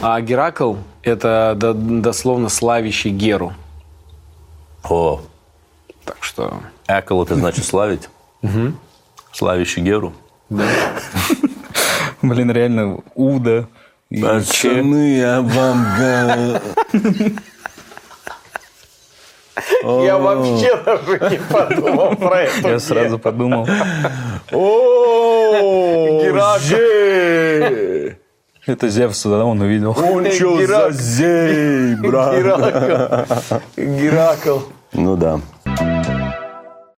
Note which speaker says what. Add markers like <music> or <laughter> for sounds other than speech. Speaker 1: А Геракл – это до- дословно славящий Геру.
Speaker 2: О,
Speaker 1: Так что...
Speaker 2: Экол это значит славить. Славящий Геру.
Speaker 3: Блин, реально, Уда. и
Speaker 2: А
Speaker 3: Че.
Speaker 2: Пацаны, я вам...
Speaker 4: <laughs>
Speaker 2: га-
Speaker 4: Я вообще даже не подумал про это.
Speaker 3: Я сразу подумал.
Speaker 2: О,
Speaker 4: Геракл.
Speaker 2: Зей!
Speaker 3: Это Зевс, да, он увидел.
Speaker 2: Он чё за
Speaker 4: Геракл.
Speaker 2: Зей, брат?
Speaker 4: Геракл.
Speaker 2: <laughs>
Speaker 4: Геракл.
Speaker 2: Ну да.